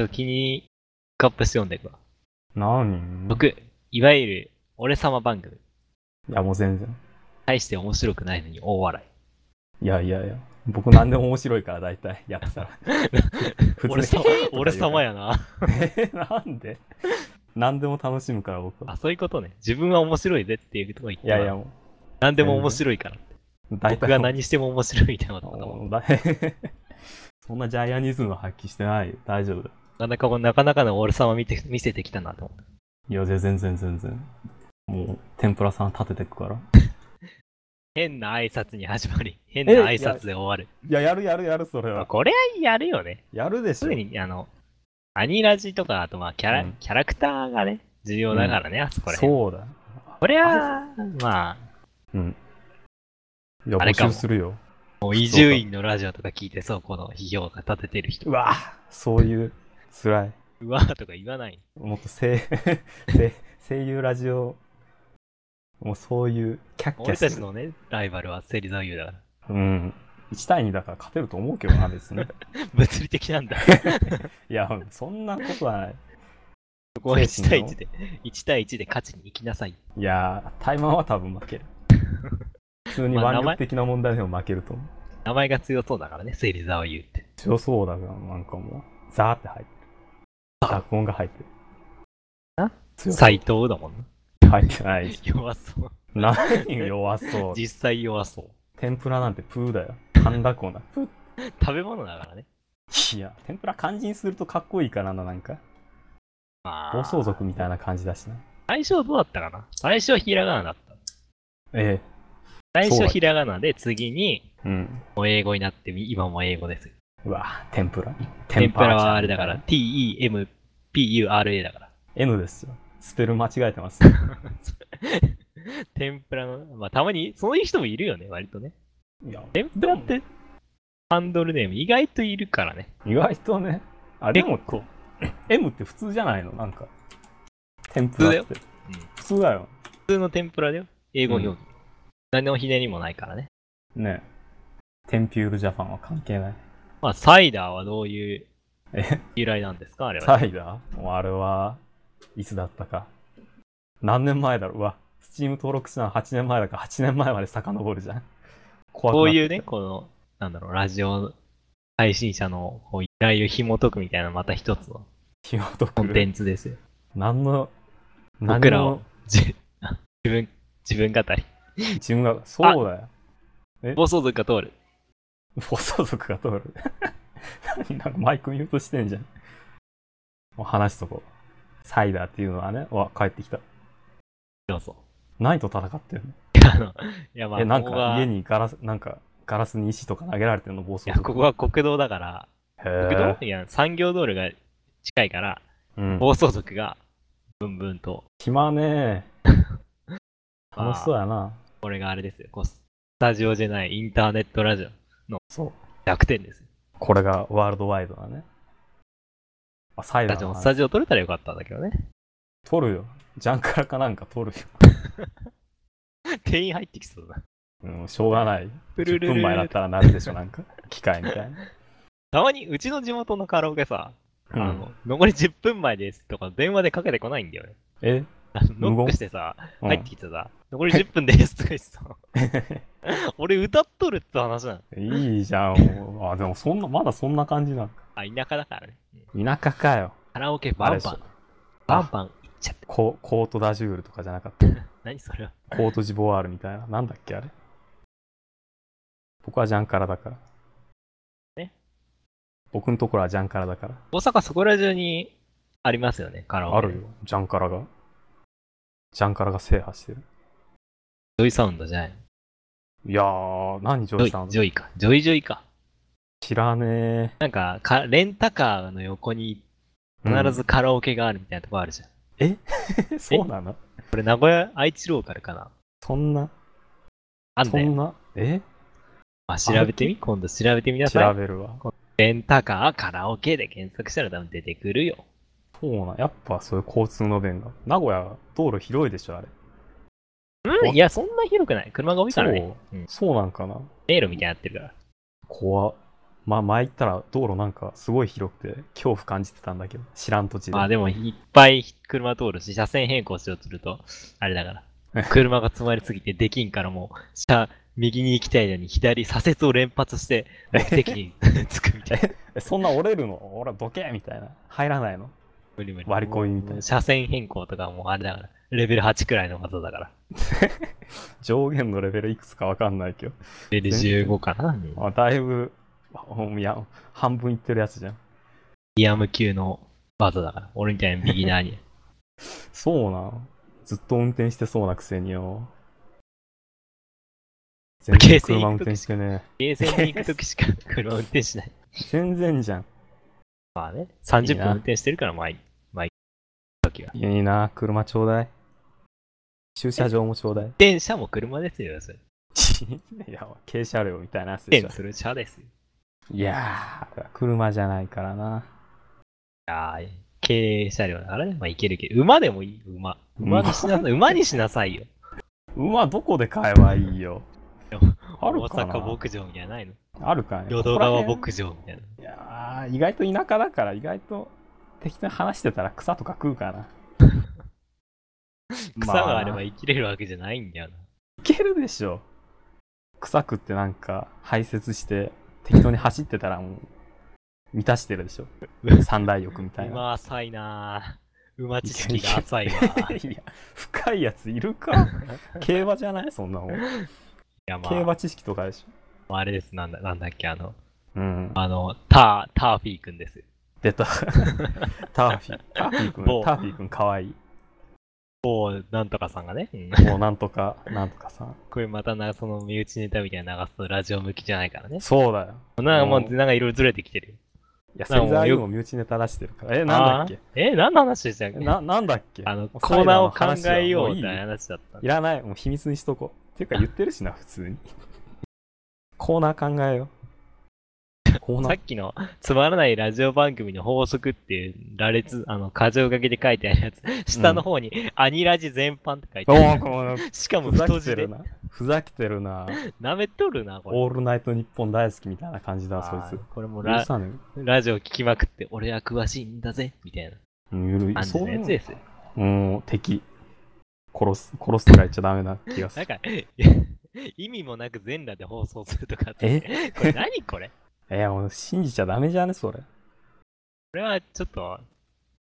[SPEAKER 2] っと気にカップして読んでいくわ。
[SPEAKER 1] と。何
[SPEAKER 2] 6、いわゆる俺様番組。
[SPEAKER 1] いや、もう全然。
[SPEAKER 2] 大して面白くないのに大笑い。
[SPEAKER 1] いやいやいや。僕何でも面白いから、大体。やってたら。普
[SPEAKER 2] 俺
[SPEAKER 1] へへとか
[SPEAKER 2] 様
[SPEAKER 1] 言う、から
[SPEAKER 2] 俺様。やな。
[SPEAKER 1] え、なんで何でも楽しむから、僕は。
[SPEAKER 2] あ、そういうことね。自分は面白いぜっていうとこ言っ
[SPEAKER 1] い
[SPEAKER 2] て
[SPEAKER 1] やいや、も
[SPEAKER 2] 何でも面白いから。
[SPEAKER 1] う。大
[SPEAKER 2] 僕が何しても面白いみたいなことだもん
[SPEAKER 1] もうだ そんなジャイアニズムは発揮してない。大丈夫。
[SPEAKER 2] なかなか、なかなかの俺様見て、見せてきたなと思った。
[SPEAKER 1] いや、全然全然。もう、天ぷらさん立ててくから。
[SPEAKER 2] 変な挨拶に始ま り、変な挨拶で終わる。
[SPEAKER 1] いや、やるやるやる、それ
[SPEAKER 2] まあ。これはやるよね。
[SPEAKER 1] やるでし
[SPEAKER 2] すぐに、あの、アニラジとか、あとまあキャラ、
[SPEAKER 1] うん
[SPEAKER 2] キャラクターがね、重要だからね、あそこら辺。
[SPEAKER 1] そうだ。
[SPEAKER 2] これは、まあ、
[SPEAKER 1] うん。いや、
[SPEAKER 2] あれ
[SPEAKER 1] 募
[SPEAKER 2] かも
[SPEAKER 1] 集するよ。
[SPEAKER 2] もう伊集院のラジオとか聞いて、そう、この批評が立ててる人。
[SPEAKER 1] うわそういう、辛い。
[SPEAKER 2] うわーとか言わない。
[SPEAKER 1] もっと 声声声優ラジオ、もうそういう、キャッキャ
[SPEAKER 2] 俺
[SPEAKER 1] する
[SPEAKER 2] たちのね、ライバルはセリザユだか
[SPEAKER 1] うん。1対2だから勝てると思うけどな、別に。
[SPEAKER 2] ら。 物理的 なんだ。
[SPEAKER 1] いや、そんなことはない。
[SPEAKER 2] そこは1対1で、1対1で勝ちに行きなさい。
[SPEAKER 1] いやー、タイマンは多分負け る。普通に
[SPEAKER 2] まあ
[SPEAKER 1] 腕
[SPEAKER 2] 名前
[SPEAKER 1] 力的な問題でも負けると思う。
[SPEAKER 2] 名前が強そうだからね、セリザユって。
[SPEAKER 1] 強そうだが、なんかもう、ザーって入ってる。濁音が入ってる。
[SPEAKER 2] あ
[SPEAKER 1] 強そう
[SPEAKER 2] 斎藤だもんな。
[SPEAKER 1] 入ってないし。
[SPEAKER 2] 弱そう。
[SPEAKER 1] 何弱 そう。
[SPEAKER 2] 実際弱そう。
[SPEAKER 1] 天ぷらなんてプーだよ。半濁音だ。プ
[SPEAKER 2] 食べ物だからね。
[SPEAKER 1] ー。いや、天ぷら漢字にするとかっこいいからな、なんか。
[SPEAKER 2] まあ。
[SPEAKER 1] 暴走族みたいな感じだしな。
[SPEAKER 2] 最初はどうだったかな最初はひらがなだった。
[SPEAKER 1] え
[SPEAKER 2] 最
[SPEAKER 1] そう
[SPEAKER 2] 初
[SPEAKER 1] だ
[SPEAKER 2] ひらがなで次に
[SPEAKER 1] え。うん。
[SPEAKER 2] もう英語になって今も英語です。
[SPEAKER 1] うわ天ぷら。
[SPEAKER 2] 天ぷら
[SPEAKER 1] ちゃん
[SPEAKER 2] はあれだから T-E-M-P-U-R-A だから。
[SPEAKER 1] N ですよ。スペル間違えて ます。
[SPEAKER 2] 天ぷらの、まあたまにそういう人もいるよね、割とね。
[SPEAKER 1] いや、
[SPEAKER 2] 天ぷらってハンドルネーム意外といるからね。
[SPEAKER 1] 意外とね。あ、でもこう、M って普通じゃないのなんか。天ぷらって。
[SPEAKER 2] 通だよ
[SPEAKER 1] 普通だよ。
[SPEAKER 2] 普通の天ぷらだよ。英語表記。何のひねりもないからね。
[SPEAKER 1] ねえ。テンピュールジャパンは関係ない。
[SPEAKER 2] まあサイダーはどういう
[SPEAKER 1] え、
[SPEAKER 2] 由来なんですかあれは。
[SPEAKER 1] サイダーもうあれは、いつだったか。何年前だろううわ、スチーム登録したの8年前だから8年前まで遡るじゃん。怖くな
[SPEAKER 2] こ
[SPEAKER 1] っ
[SPEAKER 2] ういうね、この、なんだろう、ラジオ配信者のこう依頼を紐解くみたいなまた一つの
[SPEAKER 1] 紐解
[SPEAKER 2] コンテ
[SPEAKER 1] く。
[SPEAKER 2] ンツですよ。
[SPEAKER 1] 何の、何
[SPEAKER 2] 僕らを
[SPEAKER 1] の、
[SPEAKER 2] じ自分、自分語り。
[SPEAKER 1] 自分が、そうだよ。
[SPEAKER 2] 暴走族が通る。
[SPEAKER 1] 暴走族が通る。 何なんかマイクミュートしてんじゃん。もう話しとこう。サイダーっていうのはね、わ、帰ってきた。
[SPEAKER 2] どうぞ。
[SPEAKER 1] 何と戦ってる
[SPEAKER 2] いや、ま
[SPEAKER 1] の
[SPEAKER 2] あ、
[SPEAKER 1] え、なん
[SPEAKER 2] ここが
[SPEAKER 1] か家にガラス、なんかガラスに石とか投げられてるの暴走
[SPEAKER 2] いや、
[SPEAKER 1] 族。
[SPEAKER 2] ここは国道だから、国道
[SPEAKER 1] へえ。
[SPEAKER 2] いや、産業道路が近いから、
[SPEAKER 1] うん。
[SPEAKER 2] 暴走族が、ブンブンと、
[SPEAKER 1] 暇ね え。
[SPEAKER 2] まあ
[SPEAKER 1] 楽しそうやな。
[SPEAKER 2] これがあれですよ。こうスタジオじゃない、インターネットラジオ。
[SPEAKER 1] そう。
[SPEAKER 2] 100点ですよ。
[SPEAKER 1] これがワールドワイドだね。あ、サイ
[SPEAKER 2] スタ
[SPEAKER 1] ダ
[SPEAKER 2] ジ
[SPEAKER 1] ー
[SPEAKER 2] オ、
[SPEAKER 1] の
[SPEAKER 2] スタ
[SPEAKER 1] 話
[SPEAKER 2] ジオ撮れたらよかったんだけ どね。
[SPEAKER 1] 取るよ。ジャンカラかなんか取るよ。
[SPEAKER 2] 店員入ってきそうだな。
[SPEAKER 1] うん、しょうがない。
[SPEAKER 2] プ
[SPEAKER 1] 10
[SPEAKER 2] ルルル
[SPEAKER 1] 分前だったらなるでしょ、なんか。 機械みたいな。
[SPEAKER 2] たまに、うちの地元のカラオケさ、あ
[SPEAKER 1] うん
[SPEAKER 2] の、残り10分前ですとか電話でかけてこないんだよね。
[SPEAKER 1] え、
[SPEAKER 2] あの
[SPEAKER 1] 無言
[SPEAKER 2] ノックしてさ、
[SPEAKER 1] うん
[SPEAKER 2] 入ってきてさ、残り10分ですとか言ってさ、 俺歌っとるって話なの。
[SPEAKER 1] いいじゃん。もうあ、でもそんな、まだそんな感じな
[SPEAKER 2] あ、田舎だからね。
[SPEAKER 1] の。田舎かよ。
[SPEAKER 2] カラオケ
[SPEAKER 1] あ
[SPEAKER 2] バ
[SPEAKER 1] れ
[SPEAKER 2] ン
[SPEAKER 1] でし
[SPEAKER 2] バ
[SPEAKER 1] ょ
[SPEAKER 2] ン、。バンバン行っちゃって。
[SPEAKER 1] ココートダジュールとかじゃなかった。
[SPEAKER 2] 何それは。
[SPEAKER 1] コートジボワールみたいな。なんだっけ、あれ。僕はジャンカラだから。
[SPEAKER 2] え
[SPEAKER 1] 僕のところはジャンカラだから。
[SPEAKER 2] 大阪そこら中にありますよね、カラオケ。
[SPEAKER 1] あるよ。、ジャンカラが。ジャンカラが制覇してる。
[SPEAKER 2] ジョイサウンドじゃない
[SPEAKER 1] いやー、何、ジョ
[SPEAKER 2] の。
[SPEAKER 1] イ
[SPEAKER 2] ジ
[SPEAKER 1] さ
[SPEAKER 2] ョイ、
[SPEAKER 1] ん。
[SPEAKER 2] ジョイか。ジョイジョイか。
[SPEAKER 1] 知らね
[SPEAKER 2] なんかか、レンタカーの横に
[SPEAKER 1] え。
[SPEAKER 2] 必ずカラオケがあるみたいなとこあるじゃん。
[SPEAKER 1] うん。そうなの
[SPEAKER 2] これ名古屋愛知ローカルかな
[SPEAKER 1] そんな、
[SPEAKER 2] あん
[SPEAKER 1] そ
[SPEAKER 2] だよ。
[SPEAKER 1] んな、え
[SPEAKER 2] まあ、調べてみ、今度調べてみなさい。
[SPEAKER 1] 調べるわ。
[SPEAKER 2] レンタカー、カラオケで検索したら多分出てくるよ。
[SPEAKER 1] そうなん、やっぱそういう交通の便が。名古屋、道路広いでしょ、あれ。
[SPEAKER 2] うん
[SPEAKER 1] お
[SPEAKER 2] いや、そんな広くない。車が多いからね。
[SPEAKER 1] そう、
[SPEAKER 2] うん
[SPEAKER 1] そうなんかな。
[SPEAKER 2] 迷路みたいになってるから。
[SPEAKER 1] 怖っまあ、前行ったら道路なんかすごい広くて、恐怖感じてたんだけど、知らん土地で。
[SPEAKER 2] まあでも、いっぱい車通るし、車線変更しようとすると、あれだから。車が詰まりすぎてできんからもう、車、右に行きたいのに左左折を連発して、目的に着くみたいな。
[SPEAKER 1] えそんな折れるの俺どけみたいな。入らないの。
[SPEAKER 2] 無理無理。
[SPEAKER 1] 割り込みみたいな
[SPEAKER 2] 車線変更とかもうあれだから。レベル8くらいの技だから。
[SPEAKER 1] 上限のレベルいくつかわかんないけど。
[SPEAKER 2] レベル15かな。うん
[SPEAKER 1] あだいぶ、あほんいや、半分いってるやつじゃん。
[SPEAKER 2] リアム級の技だから。俺みたいなビギナ ーに。
[SPEAKER 1] そうなん。ずっと運転してそうなくせによ。全然車運転してね
[SPEAKER 2] ゲーセンに行くときしか車運転しない。
[SPEAKER 1] え。全然じゃん。
[SPEAKER 2] まあね、
[SPEAKER 1] い
[SPEAKER 2] 30
[SPEAKER 1] な
[SPEAKER 2] 分運転してるから、毎、毎、時は。
[SPEAKER 1] いいな、車ちょうだい。駐車場もちょう だい。
[SPEAKER 2] 電車も車ですよ、それ。
[SPEAKER 1] いや、軽車両みたいなやつでし
[SPEAKER 2] 電
[SPEAKER 1] ょ。
[SPEAKER 2] する車ですよ。
[SPEAKER 1] いやー、車じゃないからな。
[SPEAKER 2] いやー、軽車両だからね、まあいけるけど、馬でもいい、馬。馬にしなさい、馬にしなさいよ。
[SPEAKER 1] 馬どこで買えばいいよ。 ある
[SPEAKER 2] 大
[SPEAKER 1] かな
[SPEAKER 2] 阪牧場みたいなのないの
[SPEAKER 1] あるかね。
[SPEAKER 2] 淀川牧場みたいな。
[SPEAKER 1] いやー、意外と田舎だから、意外と適当に話してたら草とか食うか な。
[SPEAKER 2] 草があれば
[SPEAKER 1] いい。
[SPEAKER 2] 生きれるわけじゃないんだよな。
[SPEAKER 1] けるでしょ。草食ってなんか排泄して適当に走ってたらもう満たしてる でしょ。三大欲みたいな。
[SPEAKER 2] 馬浅いなー馬知識が浅いわ。い
[SPEAKER 1] いや、深いやついる か競馬じゃないそんなもん。
[SPEAKER 2] や、ま
[SPEAKER 1] 競
[SPEAKER 2] あ
[SPEAKER 1] 馬知識とかでし
[SPEAKER 2] まあ、あれです、なんだ、なんだっけ、あの、
[SPEAKER 1] ょ。うん。
[SPEAKER 2] あの、ター、ターフィーくんです。
[SPEAKER 1] 出 た。ターフィー。ターフィーくん、
[SPEAKER 2] 某
[SPEAKER 1] ターフィーくんかわい い。
[SPEAKER 2] おう、なんとかさんがね。うん
[SPEAKER 1] もうなんとか、なんとかさん。
[SPEAKER 2] これまたな、その身内ネタみたいなの流すとラジオ向きじゃないからね。
[SPEAKER 1] そうだよ。
[SPEAKER 2] なんかもう、
[SPEAKER 1] もう
[SPEAKER 2] なんかいろいろずれてきてるよ。
[SPEAKER 1] いや、
[SPEAKER 2] なんかもう
[SPEAKER 1] 芹沢に
[SPEAKER 2] よ
[SPEAKER 1] も身内ネタ出してるから。え、なん だっ
[SPEAKER 2] けえ、何の話でしたっ
[SPEAKER 1] け
[SPEAKER 2] け
[SPEAKER 1] な、なんだっけ
[SPEAKER 2] あの、
[SPEAKER 1] もう
[SPEAKER 2] コーナーを
[SPEAKER 1] サイダの話
[SPEAKER 2] 考
[SPEAKER 1] は
[SPEAKER 2] えよう
[SPEAKER 1] も
[SPEAKER 2] み
[SPEAKER 1] い
[SPEAKER 2] たいない話だった。
[SPEAKER 1] いらない。もう秘密にしとこう。っていうか言ってるしな、普通に。コーナー考えよう。コーナ
[SPEAKER 2] さっ
[SPEAKER 1] ー。
[SPEAKER 2] きのつまらないラジオ番組の法則っていう羅列、あの、箇条書きで書いてあるやつ、下の方にアニラジ全般って書いて
[SPEAKER 1] お
[SPEAKER 2] ある。
[SPEAKER 1] お、
[SPEAKER 2] しかも
[SPEAKER 1] ふざ
[SPEAKER 2] 太
[SPEAKER 1] け
[SPEAKER 2] 字
[SPEAKER 1] て
[SPEAKER 2] で
[SPEAKER 1] る。な。ふざけてるな。
[SPEAKER 2] なめとるな、これ。
[SPEAKER 1] オールナイトニッポン大好きみたいな感じだ、そい
[SPEAKER 2] あー
[SPEAKER 1] つ。
[SPEAKER 2] これも
[SPEAKER 1] 許
[SPEAKER 2] ラ
[SPEAKER 1] さね
[SPEAKER 2] ラジオ聞きまくって、俺は詳しいんだぜ、みたい
[SPEAKER 1] え。うん許
[SPEAKER 2] な感
[SPEAKER 1] い。
[SPEAKER 2] じ
[SPEAKER 1] そう
[SPEAKER 2] の
[SPEAKER 1] い
[SPEAKER 2] や
[SPEAKER 1] う
[SPEAKER 2] つ
[SPEAKER 1] の
[SPEAKER 2] ですよ。
[SPEAKER 1] もう敵。殺す、殺すとか言っちゃダメな気がす
[SPEAKER 2] なん
[SPEAKER 1] る。
[SPEAKER 2] か、 意味もなく全裸で放送するとかって。
[SPEAKER 1] え
[SPEAKER 2] これ何これこ
[SPEAKER 1] え、もう信じちゃダメじゃね、それ。
[SPEAKER 2] れはちょっと、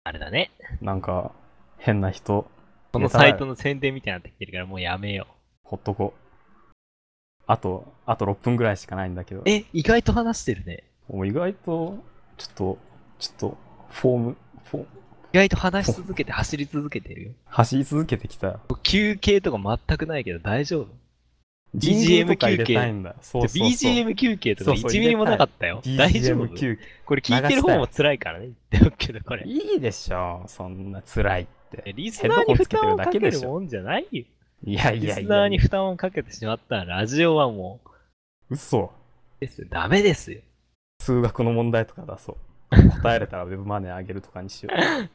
[SPEAKER 2] あれだね。
[SPEAKER 1] なんか、変な人、
[SPEAKER 2] このサイトの宣伝みたいになってきてるからもうやめよ
[SPEAKER 1] ほっとこう。あと、あと6分ぐらいしかないんだけど
[SPEAKER 2] う。、え、意外と話してるね。
[SPEAKER 1] もう意外と、ちょっと、ちょっと、フォーム、フォーム、
[SPEAKER 2] 意外と話し続けて走り続けてるよ。
[SPEAKER 1] 走り続けてきたよ。
[SPEAKER 2] 休憩とか全くないけど大丈夫
[SPEAKER 1] BGM
[SPEAKER 2] BGM
[SPEAKER 1] とか入れたいんだ。そうそうそう。
[SPEAKER 2] BGM 休憩とか
[SPEAKER 1] そうそう
[SPEAKER 2] 1ミリもなかったよ。大丈夫
[SPEAKER 1] BGM 休憩
[SPEAKER 2] これ聞いてる方も辛いからね。言っておくけど、これ。
[SPEAKER 1] いいでしょそんな辛いって。
[SPEAKER 2] リスナーに負担をかけるもんじゃないよ。
[SPEAKER 1] いやい
[SPEAKER 2] リ
[SPEAKER 1] や
[SPEAKER 2] ス
[SPEAKER 1] い
[SPEAKER 2] ナー
[SPEAKER 1] や
[SPEAKER 2] に。負担をかけてしまったら、ラジオはもう、
[SPEAKER 1] 嘘。
[SPEAKER 2] ですよダメですよ。
[SPEAKER 1] 数学の問題とか出そう。 答えれたらウェブマネーあげるとかにしよう。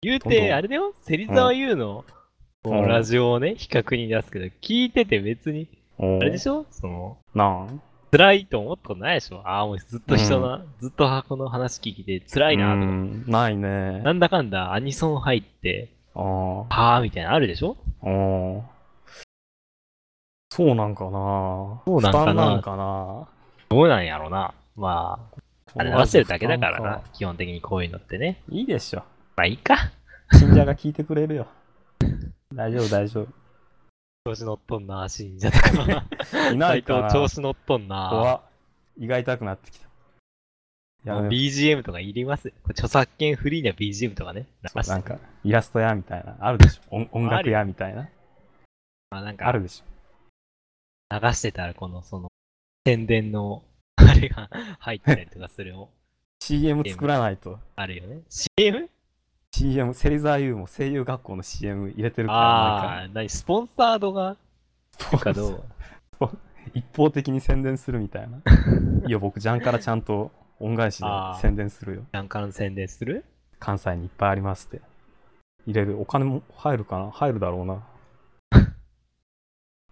[SPEAKER 2] 言う
[SPEAKER 1] どんど
[SPEAKER 2] て、
[SPEAKER 1] ん
[SPEAKER 2] あれだよ、芹沢優の、この
[SPEAKER 1] うん
[SPEAKER 2] ラジオをね、比較に出すけど、聞いてて別に、
[SPEAKER 1] お
[SPEAKER 2] あれで
[SPEAKER 1] ー
[SPEAKER 2] しょその、
[SPEAKER 1] なん
[SPEAKER 2] 辛いと思ったことないでしょああ、もうずっと人の、ずっと箱の話聞いて辛いな
[SPEAKER 1] う
[SPEAKER 2] とか。
[SPEAKER 1] んないね。
[SPEAKER 2] なんだかんだアニソン入って、
[SPEAKER 1] あー
[SPEAKER 2] はあみたいなのあるでしょ
[SPEAKER 1] あー。そうなんかなそう
[SPEAKER 2] なんかな
[SPEAKER 1] 負担なんかな
[SPEAKER 2] どうなんやろうな。まあ、あれ流してるだけだから
[SPEAKER 1] 負担
[SPEAKER 2] な。基本的にこういうのってね。
[SPEAKER 1] いいでしょ。
[SPEAKER 2] まあいいか。
[SPEAKER 1] 信者が聞いてくれるよ。 大丈夫、大丈
[SPEAKER 2] 調子乗っとんな、信者とか。
[SPEAKER 1] 夫。い ない
[SPEAKER 2] 斎
[SPEAKER 1] か
[SPEAKER 2] 藤
[SPEAKER 1] な
[SPEAKER 2] 調子乗っとんな。
[SPEAKER 1] 怖っ胃が痛くなってきた。や
[SPEAKER 2] もう
[SPEAKER 1] めよ
[SPEAKER 2] BGM とかいりますよ。これ著作権フリーな BGM とかね。
[SPEAKER 1] うそうなん
[SPEAKER 2] か
[SPEAKER 1] か、イラスト屋みたいな。あるでしょ。音音楽屋みたいな。
[SPEAKER 2] まあなんか
[SPEAKER 1] あるでし
[SPEAKER 2] 流してたら、この、その、宣伝の、あれが 入ったりとかするも、
[SPEAKER 1] ょ。CM 作らないと。
[SPEAKER 2] あるよね。CM?
[SPEAKER 1] CM、芹沢優も声優学校の CM 入れてるから、
[SPEAKER 2] あ
[SPEAKER 1] な
[SPEAKER 2] あ、何スポンサードが
[SPEAKER 1] ん
[SPEAKER 2] か
[SPEAKER 1] か、
[SPEAKER 2] ど
[SPEAKER 1] そう
[SPEAKER 2] う
[SPEAKER 1] 一方的に宣伝するみたい な。いや、僕、ジャンからちゃんと恩返しで
[SPEAKER 2] あー
[SPEAKER 1] 宣伝するよ。
[SPEAKER 2] なんかの宣伝する
[SPEAKER 1] 関西にいっぱいありますって。入れる。お金も入るかな入るだろうな。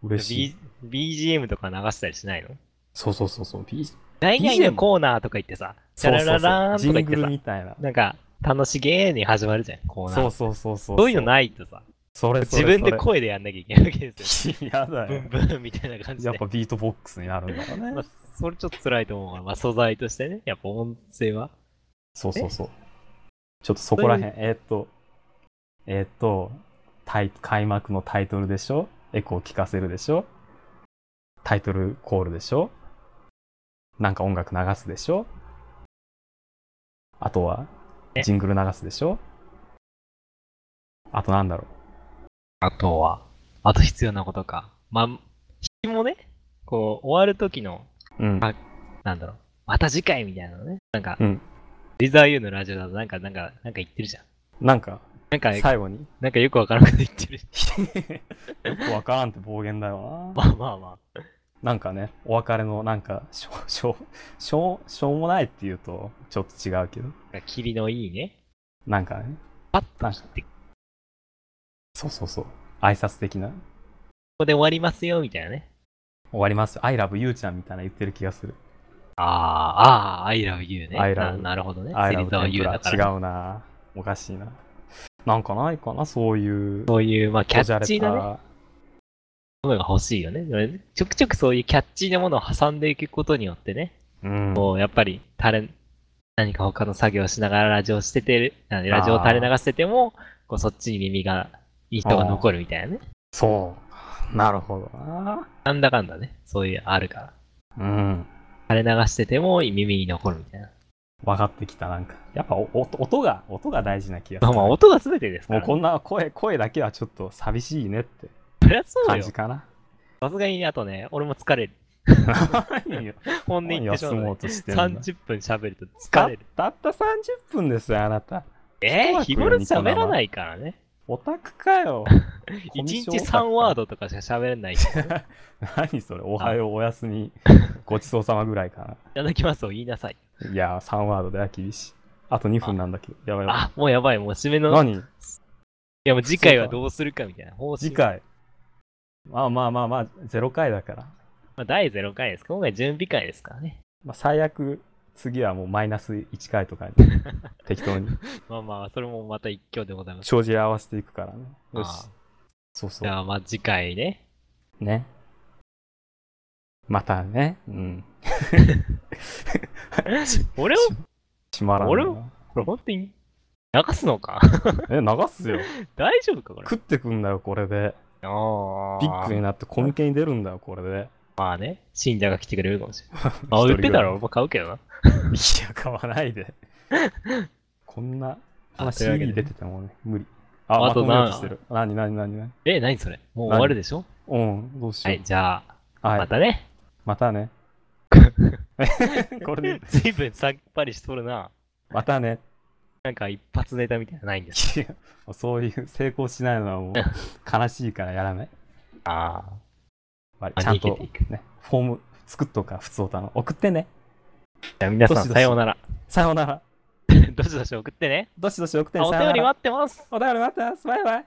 [SPEAKER 1] 嬉しい。
[SPEAKER 2] B ?BGM とか流したりしないの
[SPEAKER 1] そうそうそうそう。B
[SPEAKER 2] 大概のコーナーとか言ってさ、チャラララーン
[SPEAKER 1] ジ
[SPEAKER 2] とか
[SPEAKER 1] ン
[SPEAKER 2] 言っ
[SPEAKER 1] グ
[SPEAKER 2] て
[SPEAKER 1] ル
[SPEAKER 2] さ、
[SPEAKER 1] みたいな。
[SPEAKER 2] なんか、楽しげーに始まるじゃん、コーナー。
[SPEAKER 1] そうそうそうそう。
[SPEAKER 2] そういうのないとさ、
[SPEAKER 1] それそ
[SPEAKER 2] 自
[SPEAKER 1] れ
[SPEAKER 2] 分で声でやんなきゃいけないわけです
[SPEAKER 1] それ やだ
[SPEAKER 2] よ。ブ
[SPEAKER 1] よ
[SPEAKER 2] ン。ブンみたいな感じで。
[SPEAKER 1] やっぱビートボックスになるんだろう
[SPEAKER 2] ま
[SPEAKER 1] ね
[SPEAKER 2] あ。、それちょっと辛いと思うから、まあ、素材としてね、やっぱ音声は。
[SPEAKER 1] そうそうそう。ちょっとそこらへん、えーっと、えーっと、タイ開幕のタイトルでしょエコー聞かせるでしょタイトルコールでしょなんか音楽流すでしょあとは、
[SPEAKER 2] ね
[SPEAKER 1] ジングル流すでしょあとなんだろ
[SPEAKER 2] あとは、あと必要なことか。まあ、引きもね、こう、終わる時の、
[SPEAKER 1] ううん。
[SPEAKER 2] あなんだろう、また次回みたいなのね。なんか、
[SPEAKER 1] うん
[SPEAKER 2] リザーユーのラジオだとなんか、なんか、なんか言ってるじゃん。
[SPEAKER 1] なんか、
[SPEAKER 2] なんか、
[SPEAKER 1] 最後に、
[SPEAKER 2] なんかよくわからなくて言ってる。
[SPEAKER 1] よくわからんって暴言だよな。
[SPEAKER 2] まあまあまあ。
[SPEAKER 1] なんかね、お別れの、なんかしょ、 しょ、しょう、しょうもないっていうと、ちょっと違うけど、
[SPEAKER 2] なんか、霧のいいね。
[SPEAKER 1] なんかね、
[SPEAKER 2] パッと切って、こ
[SPEAKER 1] そうそうそう、挨拶的な、
[SPEAKER 2] こで終わりますよ、みたいなね。
[SPEAKER 1] 終わりますよ、I love you ちゃんみたいな言ってる気がする。
[SPEAKER 2] ああー、ああ、I love you ね。
[SPEAKER 1] I love-
[SPEAKER 2] ななるほどね。
[SPEAKER 1] I
[SPEAKER 2] 芹
[SPEAKER 1] love
[SPEAKER 2] 沢優
[SPEAKER 1] 天
[SPEAKER 2] だ
[SPEAKER 1] ぷ。
[SPEAKER 2] からら。
[SPEAKER 1] 違うなおかしいな。なんかないかな、そういう、
[SPEAKER 2] そういう、まあ、キャ
[SPEAKER 1] こじゃ
[SPEAKER 2] ッ
[SPEAKER 1] れ
[SPEAKER 2] チーなね。
[SPEAKER 1] た
[SPEAKER 2] ものが欲しいよね。ちょくちょくそういうキャッチーなものを挟んでいくことによってね、
[SPEAKER 1] うん。
[SPEAKER 2] こうやっぱり垂れ、何か他の作業をしながらラジオしててる、あラジオを垂れ流してても、こうそっちに耳が、いい人が残るみたいなね。
[SPEAKER 1] そう。なるほどな
[SPEAKER 2] なんだかんだね、そういうあるから。
[SPEAKER 1] うん。
[SPEAKER 2] 垂れ流してても耳に残るみたいな。
[SPEAKER 1] 分かってきた、なんか。やっぱお音音が、音が大事な気がす
[SPEAKER 2] まあ
[SPEAKER 1] る。
[SPEAKER 2] まあ音が全てですか
[SPEAKER 1] もう
[SPEAKER 2] ら、ね。
[SPEAKER 1] こんな声、声だけはちょっと寂しいねって
[SPEAKER 2] そりゃそう
[SPEAKER 1] 感
[SPEAKER 2] よ
[SPEAKER 1] じ。かな。
[SPEAKER 2] さすがにね、あとね、俺も疲れる。
[SPEAKER 1] 何よ
[SPEAKER 2] 本音言ってしま
[SPEAKER 1] 休
[SPEAKER 2] う、
[SPEAKER 1] も
[SPEAKER 2] ね
[SPEAKER 1] う。としてんだ
[SPEAKER 2] 30分喋ると
[SPEAKER 1] た
[SPEAKER 2] 疲れる。
[SPEAKER 1] たった30分ですよあなた
[SPEAKER 2] えー、日
[SPEAKER 1] 一枠
[SPEAKER 2] 頃
[SPEAKER 1] よニコ生
[SPEAKER 2] 喋らないからね。
[SPEAKER 1] オタクか よ
[SPEAKER 2] 1日3ワードとかしか喋れない。い
[SPEAKER 1] 何それおはようおやす みごちそうさまぐらいか
[SPEAKER 2] ただきますを言いなさい。
[SPEAKER 1] ないや3ワードでは厳しいあと2分なんだけどやばいやばい
[SPEAKER 2] あ、もうやばい、もう締めの。い
[SPEAKER 1] 何
[SPEAKER 2] や、もう次回はどうするかみたいな。方針
[SPEAKER 1] 次。回まあまあまあまあ0回だから、
[SPEAKER 2] まあ、第0回です。今回準備会ですからね。
[SPEAKER 1] まあ、最悪次はもうマイナス1回とかに 適当に
[SPEAKER 2] まあまあ、それもまた一挙でございます。
[SPEAKER 1] 帳尻合わせていくからねよし
[SPEAKER 2] ああ
[SPEAKER 1] そうそ
[SPEAKER 2] じゃあまあ次回 ね。
[SPEAKER 1] うねまたねうん
[SPEAKER 2] 俺を、
[SPEAKER 1] 閉まらんな
[SPEAKER 2] 俺もこれ本当に、流すのか
[SPEAKER 1] え、流すよ。
[SPEAKER 2] 大丈夫かこれ。
[SPEAKER 1] 食ってくんだよ、これで。
[SPEAKER 2] ああ。
[SPEAKER 1] ビッグになってコミケに出るんだよ、これで。
[SPEAKER 2] まあね、信者が来てくれるかもしれない。あ、
[SPEAKER 1] 一人ぐらい
[SPEAKER 2] 売ってたら俺も買うけどな。
[SPEAKER 1] いや、買わないで。 こんな、こんな
[SPEAKER 2] というわけで
[SPEAKER 1] CD 出ててもね、無理。あ、ま
[SPEAKER 2] あと
[SPEAKER 1] と
[SPEAKER 2] な
[SPEAKER 1] めようとしてる。なになになになに
[SPEAKER 2] え、何それもう終わるでしょ
[SPEAKER 1] うん、どうし
[SPEAKER 2] は
[SPEAKER 1] よ
[SPEAKER 2] い、じゃあ、
[SPEAKER 1] う。はい。
[SPEAKER 2] またね。
[SPEAKER 1] またね。 これで、
[SPEAKER 2] 随分さっぱりしとるな。
[SPEAKER 1] またね。
[SPEAKER 2] なんか一発ネタみたいなのないんです
[SPEAKER 1] いやそういう成功しないのはもう悲しいからやらない。
[SPEAKER 2] ああ。
[SPEAKER 1] まあ
[SPEAKER 2] あ
[SPEAKER 1] ちゃんと
[SPEAKER 2] 逃げてい、
[SPEAKER 1] ね、フォーム作っとくから、普通歌の。送ってね。
[SPEAKER 2] じゃあ皆さ
[SPEAKER 1] ど
[SPEAKER 2] ん
[SPEAKER 1] しどし
[SPEAKER 2] さようなら。
[SPEAKER 1] さようなら。
[SPEAKER 2] どしどし送ってね。
[SPEAKER 1] どしどし送って
[SPEAKER 2] あ
[SPEAKER 1] ね。
[SPEAKER 2] お
[SPEAKER 1] さ
[SPEAKER 2] 便
[SPEAKER 1] ような
[SPEAKER 2] り
[SPEAKER 1] ら。
[SPEAKER 2] 待ってます。
[SPEAKER 1] お便り待ってます。バイバイ。